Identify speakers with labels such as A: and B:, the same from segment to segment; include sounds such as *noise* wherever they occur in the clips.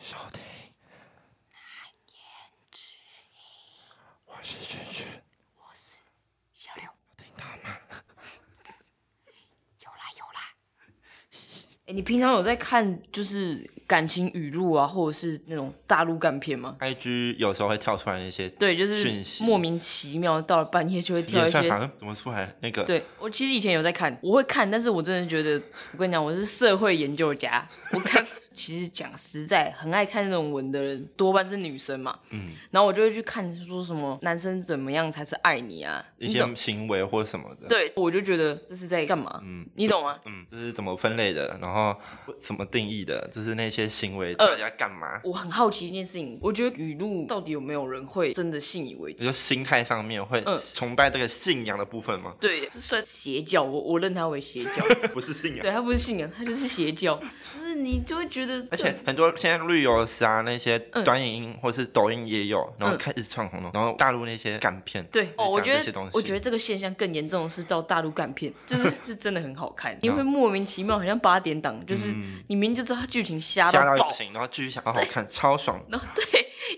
A: 收听我是轩轩，
B: 小刘，
A: 听到吗？
B: 有啦有啦，
C: 哎、你平常有在看就是感情语录啊，或者是那种大陆干片吗？
A: IG 有时候会跳出来一些
C: 对，就
A: 讯
C: 是
A: 息
C: 莫名其妙到了半夜就会跳
A: 演
C: 一
A: 算
C: 些。
A: 法怎么出来那个，
C: 对我其实以前有在看，我会看，但是我真的觉得，我跟你讲，我是社会研究家，我
A: *laughs*
C: 看，其实讲实在，很爱看那种文的人多半是女生嘛，
A: 嗯，
C: 然后我就会去看说什么男生怎么样才是爱你啊，
A: 一
C: 你懂
A: 些？行为或什么的，，
C: 对，我就觉得这是在干嘛？
A: 嗯
C: 你懂吗？
A: 嗯，就是怎么分类的，然后怎么定义的，就是那些行为
C: 呃
A: 到底在干嘛？
C: 我很好奇一件事情，我觉得语录到底有没有人会真的信以为真？
A: 你说心态上面会
C: 嗯
A: 崇拜这个信仰的部分吗？ *laughs*
C: 对，这算邪教，我我认它为邪 *laughs* 教。
A: 不是信仰
C: 对，，它不是信仰，它就是邪教。就是你就会觉得，
A: 而且很多现在绿油丝啊，那些
C: 嗯
A: 短影音或是抖音也有，然后
C: 嗯
A: 开始窜红了，然后大陆那些干片，
C: 对哦，我
A: 讲
C: 觉
A: 这些东
C: 得
A: 西
C: 我觉得这个现象更严重的是到大陆干片，就是是真的很好
A: *laughs* 嗯
C: 看，你会莫名其妙，很像八点档，就是你明就知道它剧情瞎
A: 吓嗯到
C: 到
A: 不
C: 爆，
A: 行，然后继续想要哦好看，超
C: *laughs*
A: 爽。
C: 然后对，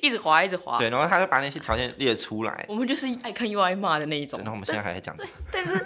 C: 一直滑一直滑。
A: 对，然后他就把那些条件列出来，
C: 我们就是爱看又爱骂的那一种
A: 然。后我们现在还在讲，
C: 但是，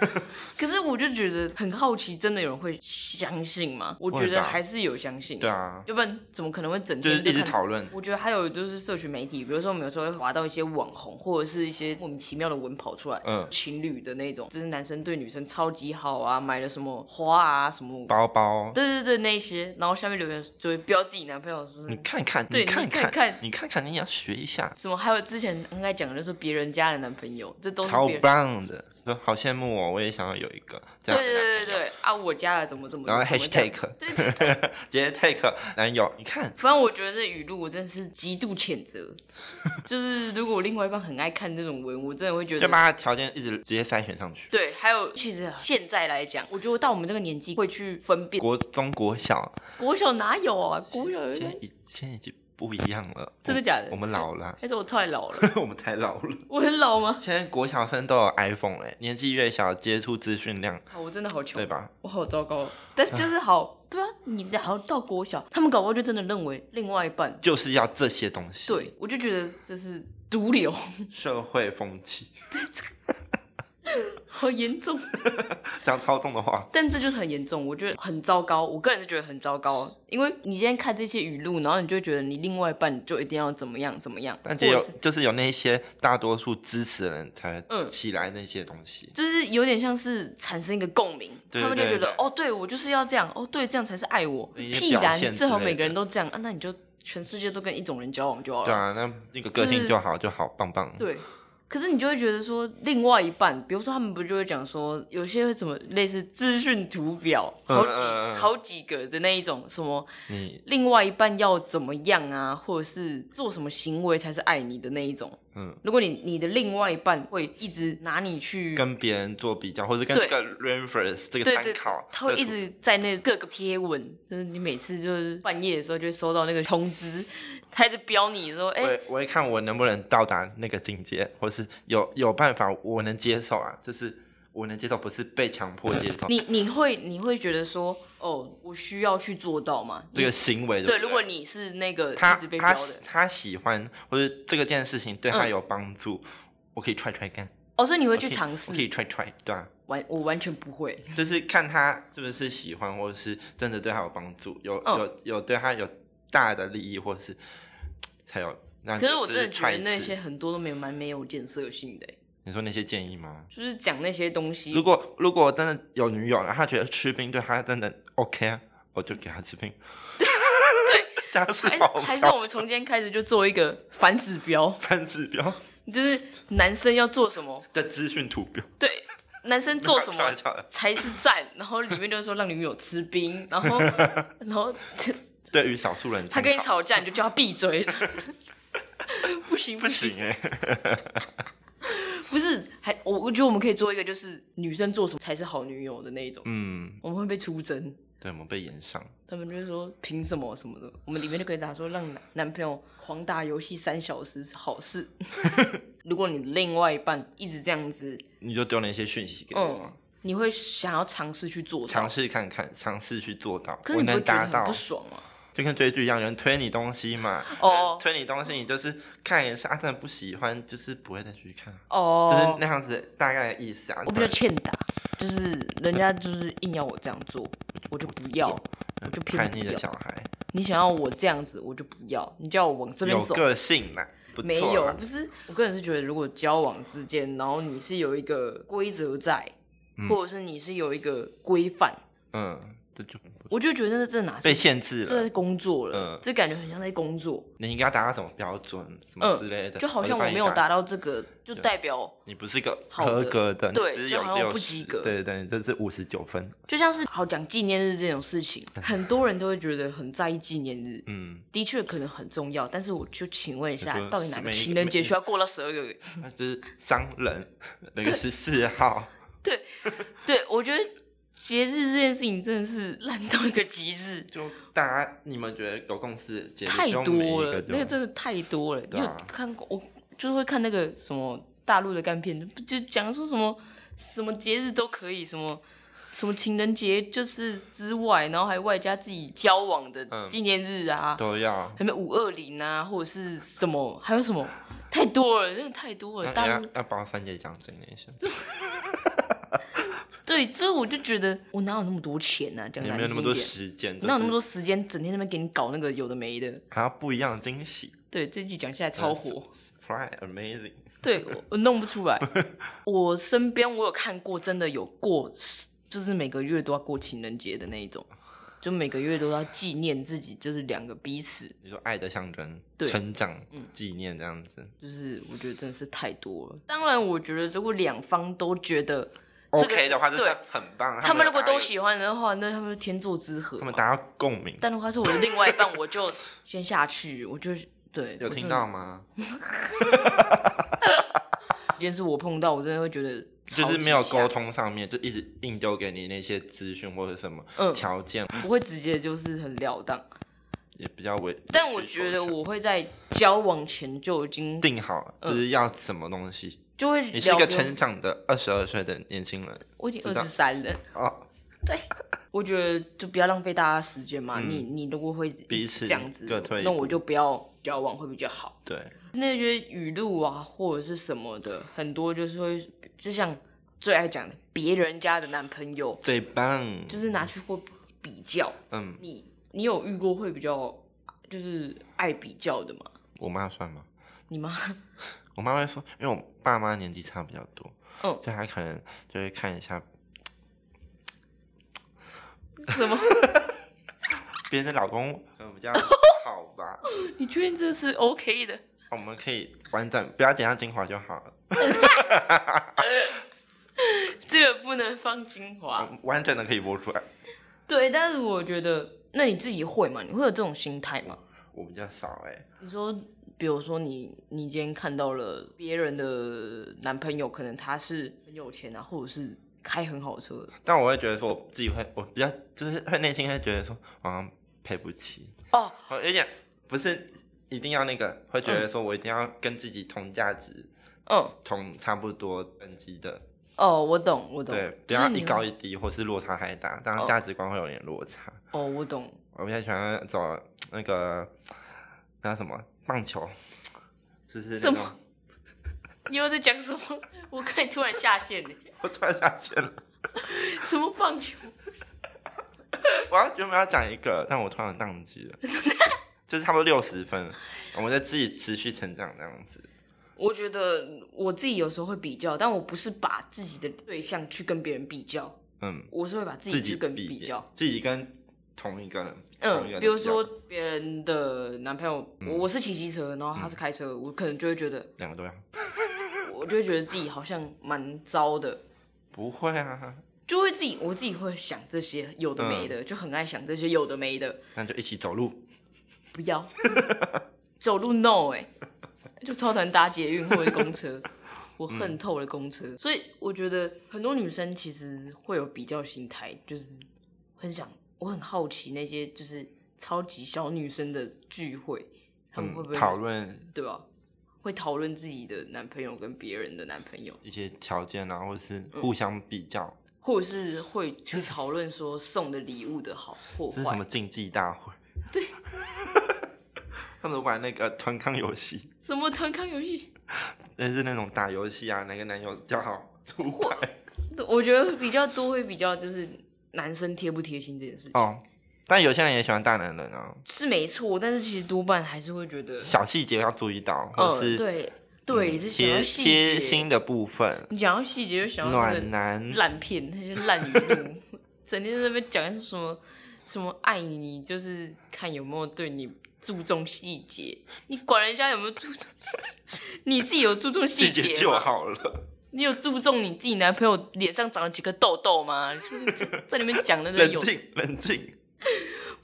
C: 可是我就觉得很好奇，真的有人会相信吗？我觉
A: 会
C: 得
A: 吧
C: 还是有相信。
A: 对啊，
C: 要不然怎么可能会整
A: 就是
C: 天
A: 一直
C: 看
A: 讨论。
C: 我觉得还有就是社群媒体，比如说我们有时候会滑到一些网红或者是一些莫名其妙的文跑出来，
A: 嗯
C: 情侣的那种，就是男生对女生超级好啊，买了什么花啊什么，
A: 包包，
C: 对对对那一些，然后下面留言就会标自己男朋友说
A: 你看看，你
C: 对
A: 看
C: 你看看
A: 你看看，你也要学一下，
C: 什么，还有之前应该讲的就是别人家的男朋友，这都是
A: 超
C: 别人。
A: 棒的，说好羡慕哦，我也想要有一个这样的男朋
C: 对对
A: 友。
C: 对对对啊！我家的怎么怎么，
A: 然后
C: 怎么这样
A: hashtag
C: 对对对，
A: 直接 take 男友，你看
C: 反正我觉得这语录我真的是极度谴责， *laughs* 就是如果我另外一半很爱看这种文，我真的会觉
A: 就
C: 得
A: 把他条件一直直接筛选上去。
C: 对，还有其实现在来讲，啊我觉得到我们这个年纪会去分辨
A: 国中、国小，
C: 国小哪有啊？国小有
A: 现在
C: 点
A: 已现在已经不一样了。
C: 真的
A: 我
C: 假的
A: 我们老了，
C: 还是我太老了？ *laughs*
A: *laughs* 我们太老了。
C: 我很老吗？
A: 现在国小生都有 iPhone 哎、年纪越小接触资讯量，
C: 好，我真的好穷
A: 对，吧？
C: 我好糟糕。哦但就是好，对啊，你然后到国小，他们搞不好就真的认为另外一半，
A: 就是要这些东西。，
C: 对我就觉得这是毒瘤，
A: 社会风气，
C: *laughs* 好严重。
A: 讲超重的话，
C: *laughs* 但这就是很严重，我觉得很糟糕。我个人是觉得很糟糕，因为你今天看这些语录，然后你就会觉得你另外一半就一定要怎么样怎么样，
A: 但
C: 或
A: 也有
C: 者是
A: 就是有那些大多数支持的人才
C: 嗯
A: 起来那些东西。
C: 就是有点像是产生一个共鸣，
A: 对
C: 他们就
A: 对
C: 觉得
A: 对
C: 哦，对我就是要这样，哦，对，这样才是爱我。
A: 一些
C: 屁
A: 表
C: 然，
A: 现
C: 最好
A: 之类
C: 每个人
A: 的
C: 都这样啊，那你就全世界都跟一种人交往就好
A: 对
C: 了。
A: 啊，那那个个性就好就好，棒棒。
C: 对可是你就会觉得说，另外一半，比如说他们不就会讲说，有些会怎么类似资讯图表，
A: 嗯
C: 好几、
A: 嗯嗯嗯
C: 好几个的那一种，什么
A: 你
C: 另外一半要怎么样啊，或者是做什么行为才是爱你的那一种。
A: 嗯，
C: 如果你你的另外一半会一直拿你去
A: 跟别人做比较，或者跟
C: 对
A: 这个 reference 这个
C: 对
A: 参
C: 对，
A: 考，
C: 他会
A: 这
C: 一
A: 个
C: 直在那各个贴文，就是你每次就是半夜的时候就会收到那个通知，他一直标你说，哎、
A: 我也我会看我能不能到达那个境界，或是有有办法我能接受啊，就是我能接受，不是被强迫接受
C: 你你会你会觉得说，哦，我需要去做到吗？
A: 这个
C: 你
A: 行为的。
C: 对，
A: 不
C: 如果你是那个
A: 他
C: 一直被
A: 他
C: 标的，
A: 他喜欢或者这个件事情对他
C: 嗯
A: 有帮助，我可以 try try 看，
C: 哦，所以你会
A: 我
C: 去
A: 可以
C: 尝
A: 我可
C: 试，
A: 以 try try，对啊，
C: 完我完全不会，
A: 就是看他是不是喜欢，或者是真的对他有帮助，有、
C: 嗯
A: 有有对他有大的利益，或者是才有。那
C: 可是
A: 就
C: 我
A: 就
C: 真的觉
A: try
C: 得
A: 一
C: 那
A: 次
C: 些很多都没有蛮没有建设性的欸，
A: 你说那些建议吗？
C: 就是讲那些东西
A: 如，果如果真的有女友，然后他觉得吃冰对他真的 OK 啊，我就给他吃
C: *laughs*
A: 冰。 *laughs* 对，这样是
C: 还是
A: 好
C: 还是我们从今天开始就做一个反指标，
A: 分指标
C: 就是男生要做什么，
A: 的资讯图标。
C: 对，男生做什
A: 开
C: 么
A: 玩。笑的
C: 才是赞。然后里面就是说让女友吃冰，
A: *laughs*
C: 然后然后
A: 对于少数人参考，
C: 他跟你吵架，你就叫他
A: *laughs*
C: 闭嘴。不行
A: 不
C: 不行，
A: 行哎、
C: *laughs* 不是还我我觉得我们可以做一个，就是女生做什么才是好女友的那一种，
A: 嗯，
C: 我们会被出征，
A: 对，我们被延上，
C: 他们就会说凭什么什么的，我们里面就可以打说让男男朋友狂打游戏三小时是
A: *laughs*
C: 好事。如果你另外一半一直这样子，
A: 你就丢了一些讯息给我啊
C: 嗯，，你会想要尝试去做
A: 尝
C: 到，
A: 试看看，尝试去做到，
C: 可是
A: 我
C: 你不会
A: 能
C: 觉得
A: 达
C: 很
A: 到
C: 不，爽吗？
A: 就跟追剧一样，有人推你东西嘛，
C: 哦
A: 推你东西，你就是看一下，啊真的不喜欢，就是不会再去看，就是
C: 哦，
A: 那样子大概的意思啊。
C: 我比较欠打，就是人家就是硬要我这样做，我就不要。我就偏
A: 叛
C: 不
A: 逆的
C: 要
A: 小孩，
C: 你想要我这样子，我就不要。你叫我往这边
A: 有
C: 走，
A: 个性啦，不错
C: 没有
A: 啦，
C: 不是，我个人是觉得，如果交往之间，然后你是有一个规则在，或者是你是有一个规范，
A: 嗯，这就
C: 我就觉得这哪
A: 被
C: 是
A: 限制
C: 这
A: 了
C: 在。工作了，
A: 嗯
C: 这感觉很像在工作，
A: 你应该达到什么标准，什么
C: 嗯
A: 之类的，
C: 就好像
A: 就
C: 我
A: 帮你
C: 没有
A: 打
C: 达到这个，就代表
A: 你不是一个
C: 好
A: 合
C: 的
A: 格的，你
C: 对
A: 只是
C: 就
A: 有
C: 好像我
A: 60
C: 不及格
A: 对对对，你这是五十九分，
C: 就像是好讲纪念日这种
A: *laughs*
C: 事情，很多人都会觉得很在意纪念日。 *laughs*
A: 嗯，
C: 的确可能很重要，但是我就请问一下
A: 你说，
C: 到底哪
A: 每
C: 个
A: 一个
C: 情人
A: 每
C: 节需要过到十二
A: *laughs*
C: 个月？
A: 那就是商人，那个是四号，
C: 对我觉得节日这件事情真的是烂到一个极致。
A: 就大家你们觉得有共识的节日，
C: 太
A: 就每一
C: 多了
A: 个，就
C: 那个真的太多了。你
A: 对啊
C: 有看过？我就是会看那个什么大陆的干片，不就讲说什么什么节日都可以，什么什么情人节就是之外，然后还外加自己交往的
A: 嗯
C: 纪念日啊，
A: 都要。
C: 还有五二零啊，或者是什么，还有什么太多了，真的太多了。
A: 那
C: 大
A: 要
C: 陆
A: 要帮三姐讲最那些，
C: 对，这我就觉得我哪有那么多钱啊？讲
A: 你
C: 难
A: 没有那
C: 听
A: 么
C: 一
A: 多
C: 点，
A: 时间，
C: 哪有那么
A: 就是
C: 多时间，整天在那边给你搞那个有的没的。
A: 还要不一样的惊喜
C: 对，这集讲下来超
A: 呃
C: 火。
A: ，surprise amazing，
C: 对我我弄不出来。我身边我有看过，真的有过，就是每个月都要过情人节的那一种，就每个月都要纪念自己，就是两个彼此，
A: 你说爱的象征，
C: 对嗯
A: 成长纪念这样子
C: 就是我觉得真的是太多了。当然，我觉得如果两方都觉得这个是
A: ，OK 的话就是
C: 对，
A: 很棒。
C: 他们如果
A: 达到
C: 都
A: 一个，
C: 喜欢的话，那他们就天作之合
A: 他们
C: 嘛。
A: 达到共鸣，
C: 但如果他是我的另外一半，我就先下
A: *laughs*
C: 去，我就对，
A: 有
C: 我
A: 听
C: 真的
A: 到吗？
C: 这件事我碰到，我真的会觉得
A: 就
C: 超
A: 是
C: 级
A: 没有
C: 吓
A: 沟通上面，就一直硬丢给你那些资讯或者什么
C: 嗯
A: 条件，
C: 我会直接就是很了当。
A: 也比较委。
C: 但我觉得我会嗯在交往前就已经
A: 定好了，就是要什么东西。
C: 就会
A: 你是一
C: 聊
A: 个
C: 不
A: 成长的二十二岁的年轻人
C: 我已经
A: 知
C: 二
A: 道
C: 十三了，
A: 哦，
C: 我觉得就不要浪费大家时间嘛。你你如果会一直
A: 嗯彼此
C: 这样子
A: 各退一，步
C: 那我就不要交往会比较好。
A: 对，
C: 那些语录啊或者是什么的，很多就是会就像最爱讲的别人家的男朋友，
A: 最棒，
C: 就是拿去或比较。
A: 嗯，
C: 你你有遇过会比较就是爱比较的吗？
A: 我妈算吗？
C: 你吗？
A: 我妈会说，因为我爸妈年纪差比较多，
C: 嗯
A: 所以她可能就会看一下
C: *laughs* 什么？
A: 别人的老公，可能比较好吧。
C: *laughs* *laughs* 你确定这是 OK 的？ *laughs*
A: 我们可以完整，不要剪掉精华就好了，
C: 这个不能放精华。
A: 完整的可以播出来。
C: 对，但是我觉得，那你自己会吗？你会有这种心态吗？
A: 我比较少哎、
C: 你说，比如说你你今天看到了别人的男朋友，可能他是很有钱啊，或者是开很好的车，
A: 但我会觉得说，我自己会，我比较就是会内心会觉得说，我好像配不起
C: 哦，
A: 我有点不是一定要那个，会觉得说我一定要跟自己同价值、
C: 嗯，
A: 同差不多等级的，
C: 哦，我懂，我懂，
A: 对，不
C: 就是
A: 要
C: 你
A: 一高
C: 会
A: 一低，或是落差太大，当然
C: 哦
A: 价值观会有点落差。
C: 哦，我懂，
A: 我比较喜欢走那个那叫什么棒球，就是那
C: 什么
A: 种
C: 你又在讲什么？ *laughs* 我看你突然下线呢，
A: 我突然下线了，
C: *laughs* 什么棒球？
A: *laughs* 我要原本要讲一个，但我突然宕机
C: *laughs*
A: 了，就是差不多六十分，我们在自己持续成长这样子。
C: 我觉得我自己有时候会比较，但我不是把自己的对象去跟别人比较，
A: 嗯，
C: 我是会把自己
A: 自
C: 去
A: 己
C: 跟
A: 比
C: 比较。，
A: 自己跟同一个人，同一个
C: 嗯，
A: 人
C: 比如
A: 较嗯
C: 说别人的男朋友，我我是骑机车，然后他是开车，我可能就会觉得，
A: 两个都要，
C: 我就会觉得自己好像蛮糟的，
A: 不会啊，
C: 就会自己我自己会想这些有的
A: 嗯
C: 没的，就很爱想这些有的没的，
A: 那就一起走路。
C: 不要 *laughs* 走路 no 哎、就超团搭捷运或者公
A: *laughs*
C: 车，我恨透了公
A: 嗯
C: 车，所以我觉得很多女生其实会有比较心态，就是很想，我很好奇那些就是超级小女生的聚会，他们会
A: 嗯，
C: 不会
A: 讨论
C: 对吧？会讨论自己的男朋友跟别人的男朋友，
A: 一些条件啊，或者是
C: 嗯
A: 互相比较，
C: 或者是会去讨论说送的礼物的好或
A: 这是什么
C: 坏。
A: 竞技大会？
C: 对，
A: *laughs* 他们玩那个团康游戏，
C: 什么团康游戏？
A: 就是那种打游戏啊，哪个男友叫好出牌
C: 我觉得比较多会比较就是男生贴不贴心这件事情、
A: 哦。但有些人也喜欢大男人啊，
C: 是没错，但是其实多半还是会觉得，
A: 小细节要注意到，或
C: 嗯，
A: 是
C: 对对，是想
A: 贴
C: 要细
A: 贴
C: 节嗯
A: 心，的部分，
C: 你讲到细节就想到那个
A: 暖男
C: 烂片，那些烂语录， *laughs* 整天在那边讲什么什么爱你，就是看有没有对你注重细节，你管人家有没有注重，你自己有注重细
A: 细
C: 节
A: 节
C: 吗
A: 就好了，
C: 你有注重你自己男朋友脸上长了几个痘痘吗？就是 *laughs* 在在里面讲的那
A: 冷
C: 有，
A: 静冷静。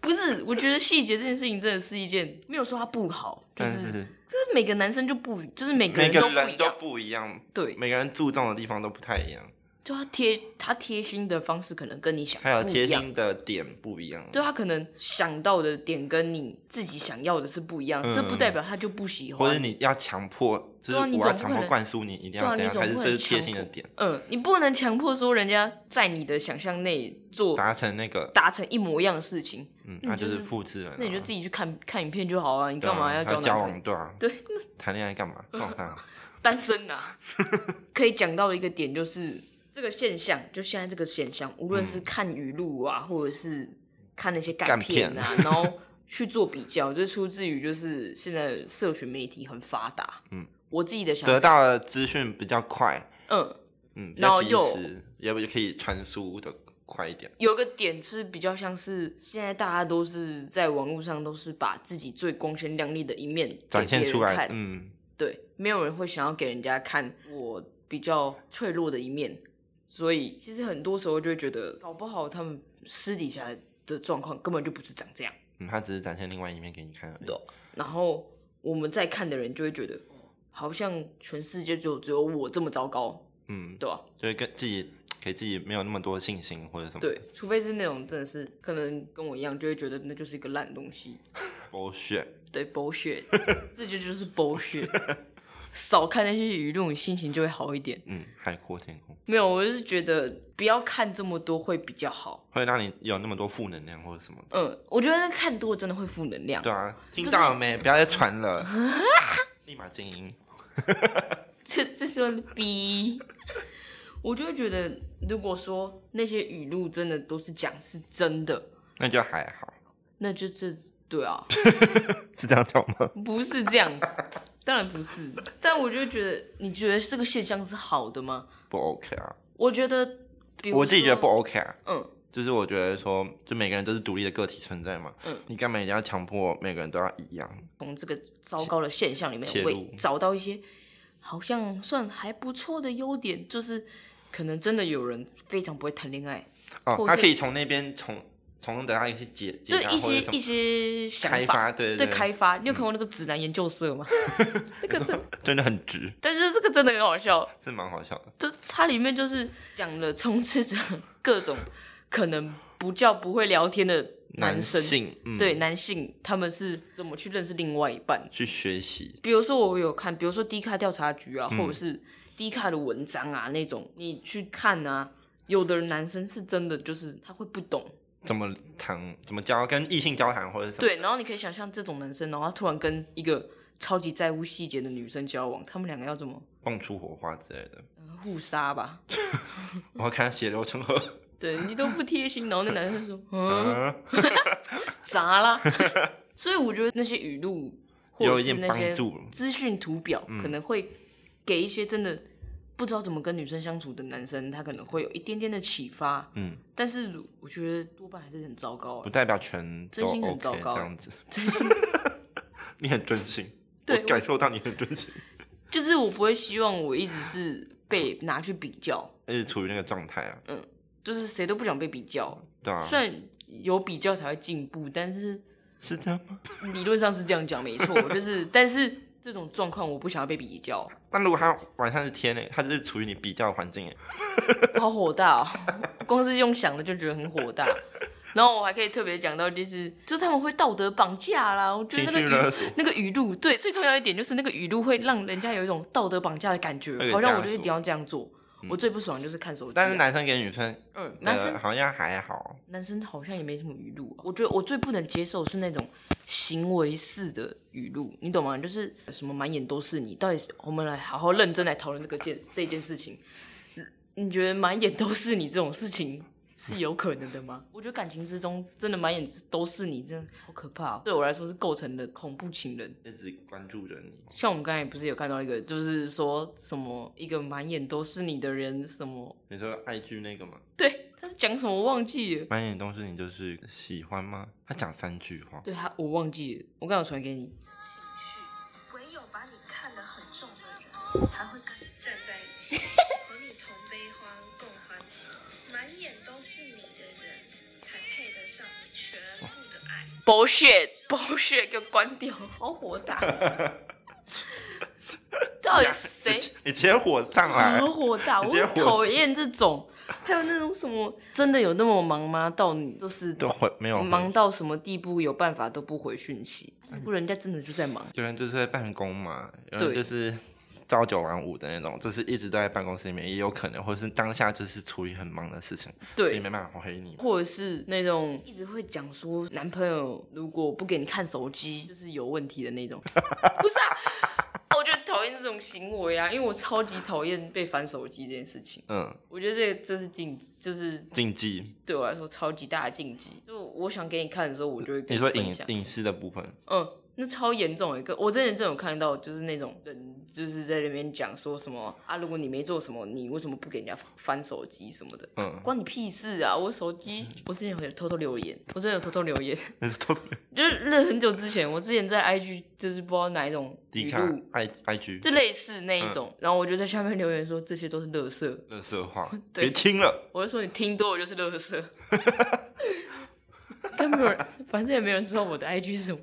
C: 不是？我觉得细节这件事情真的是一件没有说它不好，就
A: 但
C: 是就是每个男生就不就是每个
A: 每
C: 人
A: 个
C: 都不
A: 人
C: 一
A: 都
C: 样，
A: 不一样，
C: 对，
A: 每个人注重的地方都不太一样，
C: 就他贴他贴心的方式可能跟你想
A: 还有
C: 的不
A: 哦贴
C: 一样。
A: 心的点不一样。
C: 对他可能想到的点跟你自己想要的是不一样，这不
A: 嗯
C: 代表他就不喜
A: 或者
C: 欢。
A: 你要强迫，就是
C: 对啊
A: 我
C: 你
A: 要
C: 总不
A: 强
C: 可
A: 迫
C: 能
A: 灌输你一定
C: 对啊
A: 要怎
C: 你
A: 样，
C: 总
A: 还是
C: 不
A: 这
C: 能
A: 是贴
C: 强
A: 心的
C: 迫
A: 点，
C: 嗯，你不能强迫说人家在你的想象内做
A: 达成那个，
C: 达成一模一样的事情，
A: 嗯，
C: 那
A: 那
C: 你就
A: 就是
C: 是
A: 复制了啊。
C: 那你就自己去看看影片就好啊，你
A: 对啊
C: 干嘛
A: 还
C: 要
A: 有
C: 交
A: 交
C: 男朋友？
A: 往对 *laughs* 啊，
C: 对，
A: 谈恋爱干
C: *laughs*
A: 嘛？啊撞他
C: 单身啊， *laughs* 可以讲到一个点就是这个现象，就现在这个现象，无论是看语录啊，或者是看那些干
A: 干
C: 片啊，然后去做比较，这出自于就是现在社群媒体很发达，
A: 嗯，
C: 我自己的想
A: 得到的资讯比较快，
C: 嗯，
A: 嗯，比
C: 然后
A: 较及
C: 又
A: 时，要不就可以传输的快一点。
C: 有个点是比较像是现在大家都是在网络上都是把自己最光鲜亮丽的一面给
A: 展现
C: 别人
A: 出来
C: 看，
A: 嗯，
C: 对，没有人会想要给人家看我比较脆弱的一面，所以其实很多时候就会觉得，搞不好他们私底下的状况根本就不是长这样
A: 嗯，他只是展现另外一面给你看而已
C: 的，。然后我们在看的人就会觉得，哦好像全世界就只有我这么糟糕，
A: 嗯，
C: 对吧、
A: 就是跟自己给自己没有那么多信心或者什么。
C: 对，除非是那种真的是可能跟我一样，就会觉得那就是一个烂东西，
A: ，bullshit，
C: 对，bullshit，这就就是 bullshit。少看那些舆论，你心情就会好一点。
A: 嗯，海阔天空，
C: 没有，我就是觉得不要看这么多会比较好。
A: 会让你有那么多负能量或者什么的。
C: 嗯，我觉得看多真的会负能量。
A: 对啊，听到了没？不要再传
C: *laughs*
A: 了，立马静音。
C: 这这是逼。 *laughs* 我就会觉得，如果说那些语录真的都是讲是真的，
A: 那就还好，
C: 那就这对啊， *laughs*
A: 是这样讲吗？
C: 不是这样子，当然不是。但我就会觉得，你觉得这个现象是好的吗？
A: 不 OK 啊，
C: 我觉得，比如
A: 我自己觉得不
C: 说，
A: OK 啊。
C: 嗯，
A: 就是我觉得说，就每个人都是独立的个体存在嘛，
C: 嗯
A: 你干嘛一定要强迫每个人都要一样？
C: 从这个糟糕的现象里面，
A: 切
C: 我
A: 入
C: 也找到一些好像算还不错的优点，就是可能真的有人非常不会谈恋爱，
A: 哦，
C: 或
A: 他
C: 是
A: 可以从那边从从中得到一些解解
C: 对
A: 答
C: 一
A: 或者
C: 些
A: 什
C: 一
A: 么
C: 些想
A: 开
C: 法，
A: 发，对
C: 对嗯
A: 对
C: 开发。你有看过那个指南研究社吗？ *laughs* 那个真，
A: 真的很直，
C: 但是这个真的很好笑，
A: 是蛮好笑的。
C: 就它里面就是讲了充斥着各种可能不叫不会聊天的男生，
A: 性，嗯，
C: 对，男性他们是怎么去认识另外一半。
A: 去学习，
C: 比如说我有看，比如说低卡调查局啊，或者是低卡的文章啊那种，你去看啊，有的男生是真的就是他会不懂。
A: 怎么谈，怎么交，跟异性交谈或者什么，
C: 对，然后你可以想象这种男生，然后他突然跟一个超级在乎细节的女生交往，他们两个要怎么
A: 蹦出火花之类的。
C: 呃互杀吧？
A: 我要看他血流成河，
C: *laughs* 对你都不贴心，然后那男生说嗯
A: 嗯，
C: *laughs*
A: *laughs*
C: 砸啦。所以我觉得那些语录或
A: 有
C: 者
A: 一
C: 是
A: 点
C: 那些
A: 帮助。嗯
C: 资讯图表，可能会给一些真的不知道怎么跟女生相处的男生，他可能会有一点点的启发。
A: 嗯，
C: 但是我觉得多半还是很糟糕
A: 不
C: 啊，
A: 代表全都
C: 真心很
A: OK
C: 糟糕
A: 这样子。
C: 真心
A: *laughs* 你很真心，我
C: *laughs* 对我
A: 感受到你很真心，
C: 就是我不会希望我一直是被拿去比较，
A: 一直处于那个状态啊，
C: 就是谁都不想被比较。
A: 对啊，
C: 嗯虽然有比较才会进步，但是
A: 是这样吗？
C: 理论上是这样讲没错，就是但是这种状况我不想要被比较，
A: 但如果他晚上是天呢，他就是处于你比较的环境耶，欸
C: 啊我好火大、哦，光是用想的就觉得很火大。然后我还可以特别讲到，就是就是他们会道德绑架啦，我觉
A: 情
C: 得那
A: 绪
C: 个
A: 勒
C: 语
A: 索，
C: 那个语录，对，最重要一点就是那个语录会让人家有一种道德绑架的感觉
A: 有，点
C: 好像我
A: 枷
C: 就
A: 锁
C: 一定要这样做，我最不爽就是看手机
A: 嗯
C: 啊、
A: 但是男生给女生，呃
C: 嗯，男生
A: 好像还好，
C: 男生好像也没什么语录、啊。我觉得我最不能接受是那种行为式的语录，你懂吗？就是什么满眼都是你。到底我们来好好认真来讨论这个件这件事情。你觉得满眼都是你这种事情是有可能的吗？我觉得感情之中真的满眼都是你，真的好可怕哦、对我来说是构成了恐怖情人。
A: 一直关注着你。
C: 像我们刚才不是有看到一个，就是说什么一个满眼都是你的人，什么
A: 你说爱剧那个吗？
C: 对他是讲什么我忘记了。
A: 满眼都是你，就是喜欢吗？他讲三句话，
C: 对他，我忘记了，我刚好传给你。
D: 情绪，唯有把你看得很重的人，才会跟你站在一起，和你同悲欢共欢喜，满眼都是你的人，才配得上你全部的爱。
C: bullshit *laughs* bullshit 给我关掉，好火大！ *laughs* 到底谁哦
A: 你直接火上来，
C: 很火大？我
A: 哎你直接
C: 很
A: 火
C: 讨厌这
A: *laughs*
C: 种，还有那种什么真的有那么忙吗？到你都是
A: 都回没有回哎
C: 忙到什么地步，有办法都不回讯息，不然人家真的就在忙。
A: 有人就是在办公嘛，有
C: 对
A: 人就是 *laughs* 朝九晚五的那种，就是一直都在办公室里面，也有可能，或者是当下就是处于很忙的事情，也
C: 对，
A: 没办法回你。
C: 或者是那种一直会讲说男朋友如果不给你看手机就是有问题的
A: *laughs*
C: 那种，不是啊？我就讨厌这种行为啊，因为我超级讨厌被翻手机这件事情。
A: 嗯，
C: 我觉得这个这是禁，就是
A: 禁忌。
C: 对我来说超级大的禁忌。就我想给你看的时候，我就会跟
A: 你说
C: 分
A: 隐
C: 享。
A: 隐私的部分，
C: 嗯，那超严重的一个，我之前真的有看到，就是那种人就是在那边讲说什么啊，如果你没做什么，你为什么不给人家翻手机什
A: *laughs*
C: 么的？
A: 嗯，
C: 关你屁事啊！我手机，我之前有偷偷留言，我真的有偷偷留言， *laughs*
A: 那是都
C: 就是那很久之前，我之前在 IG 就是不知道哪一种
A: 低
C: 语
A: 卡嗯
C: 录，
A: i i g
C: 就类似那一种，然后我就在下面留言说这些都是垃圾，
A: 乐色话，
C: *laughs* 对
A: 别听了，
C: 我就说你听多了就是乐
A: *laughs*
C: 色，但没有人，反正也没有人知道我的 IG 是什么，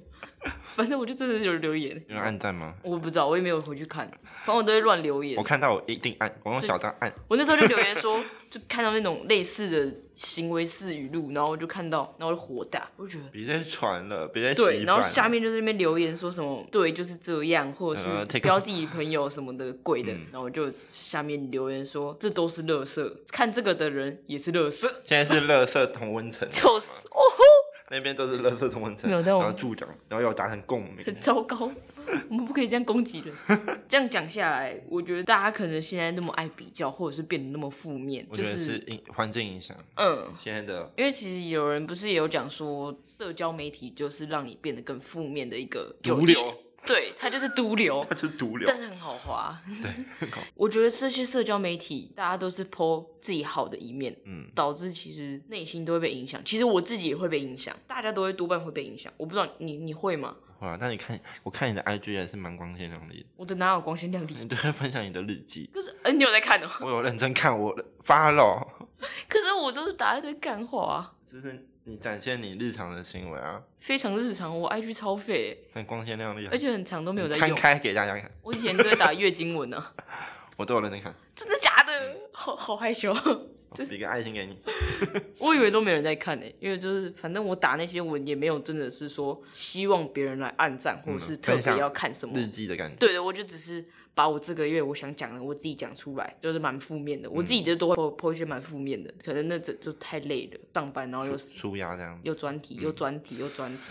C: 反正我就真的有人留言，
A: 有人按赞吗？
C: 我不知道，我也没有回去看，反正我都会乱留言
A: 我。看到我一定按，我用
C: 这
A: 小张按，
C: 我那时候就留言说， *laughs* 就看到那种类似的行为式语录，然后我就看到，然后我就火大，我就觉得。
A: 别再传了，别再
C: 对，
A: 洗
C: 然后
A: 版了
C: 下面就是那边留言说什么，对，就是这样，或者
A: 呃
C: 是
A: ，take-
C: 标记朋友什么的，贵的，
A: 嗯
C: 然后我就下面留言说，这都是垃圾，看这个的人也是垃圾， *laughs*
A: 现在是乐色同温层，
C: 就是哦，
A: 那边都是乐色同温层，
C: 没有
A: 然
C: 但我
A: 后助长，然后有达成共鸣，
C: 很糟糕，我们不可以这样攻击人。
A: *laughs*
C: 这样讲下来，我觉得大家可能现在那么爱比较，或者是变得那么负面，
A: 我
C: 就
A: 觉得是
C: 是
A: 因环境影响，
C: 嗯。
A: 现在的
C: 因为其实有人不是也有讲说，社交媒体就是让你变得更负面的一个有
A: 毒瘤，
C: 对，它就是毒瘤，
A: 它是毒瘤
C: 但，是很好滑。我觉得这些社交媒体大家都是 po 自己好的一面，
A: 嗯，
C: 导致其实内心都会被影响。其实我自己也会被影响，大家都会多半会被影响。我不知道你你会吗？
A: 哇！但你看，我看你的 IG 也是蛮光鲜亮丽的，
C: 我的哪有光鲜亮
A: 你
C: 丽？
A: 都会分享你的 *laughs* 日记，
C: 可是，哎、你有在看哦、 *laughs*
A: 我有认真看，我发了，
C: 可是我都是打一堆干话啊，
A: 就是你展现你日常的行为啊，
C: 非常日常。我 IG 超废欸、
A: 很光鲜亮丽啊，
C: 而且很长都没有在
A: 摊
C: 用。
A: 开给大家看，
C: 我以前都在打月经文啊， *laughs*
A: 我都有认真看，
C: 真的假的？好好害羞。 *laughs*
A: 我比个爱心给你，
C: 我以为都没有人在看呢、因为就是反正我打那些文也没有真的是说希望别人来按赞，或者是特别要看什么。
A: 嗯日记的感觉，
C: 对的，我就只是把我这个月我想讲的我自己讲出来，就是蛮负面的。我自己的都会 po po 一些蛮负面的，可能那整就太累了，上班然后又
A: 舒压这样，
C: 又专题，又专题，又专题。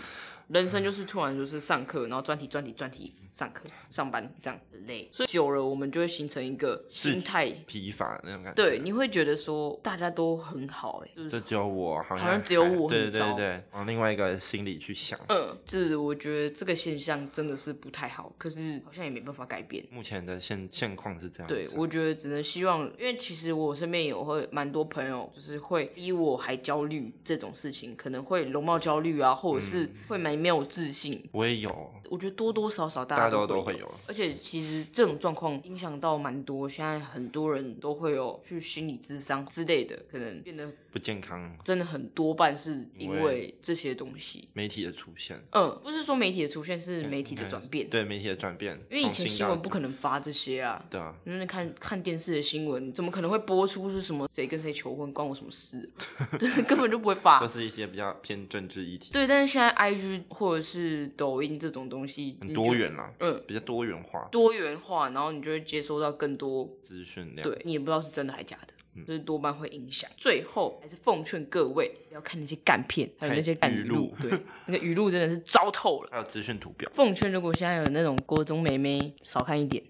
C: 人生就是突然就是上课，然后专题专题专题，上课上班这样很累，所以久了我们就会形成一个心态，
A: 疲乏那种感觉，
C: 对，你会觉得说大家都很好、欸，哎，就是
A: 这只有我，好像
C: 好像只有我
A: 对
C: 很
A: 对
C: 糟
A: 对对，往另外一个心里去想，
C: 嗯，就是我觉得这个现象真的是不太好，可是好像也没办法改变。
A: 目前的现现况是这样子，
C: 对，我觉得只能希望，因为其实我身边有会蛮多朋友，就是会比我还焦虑这种事情，可能会容貌焦虑啊，或者是会蛮没有自信。
A: 我也有，
C: 我觉得多多少少大
A: 大家
C: 家
A: 都
C: 都
A: 会
C: 会
A: 有，
C: 而且其实这种状况影响到蛮多，现在很多人都会有去心理咨商之类的，可能变得
A: 不健康
C: 真的很多半是因
A: 因
C: 为
A: 为
C: 这些东西。
A: 媒体的出现，
C: 嗯，不是说媒体的出现，是媒体的转变。
A: 嗯对媒体的转变，
C: 因为以前
A: 从
C: 新闻不
A: 到
C: 可能发这些啊，
A: 对啊，
C: 因为看看电视的新闻，怎么可能会播出是什么谁跟谁求婚，关我什么事？ *laughs* 就是根本就不会
A: 都
C: 发。
A: 是一些比较偏政治议题，
C: 对，但是现在 I G 或者是抖音这种东西，
A: 很
C: 你就
A: 多，元啦，
C: 嗯，
A: 比较多元化
C: 多元化，然后你就会接收到更多
A: 资讯量。
C: 对你也不知道是真的还假的，就是多半会影响。最后还是奉劝各位不要看那些干片，还有那些干语录，
A: 看语录
C: *laughs* 对，那个语录真的是糟透了。
A: 还有资讯图表，
C: 奉劝如果现在有那种国中妹妹，少看一点，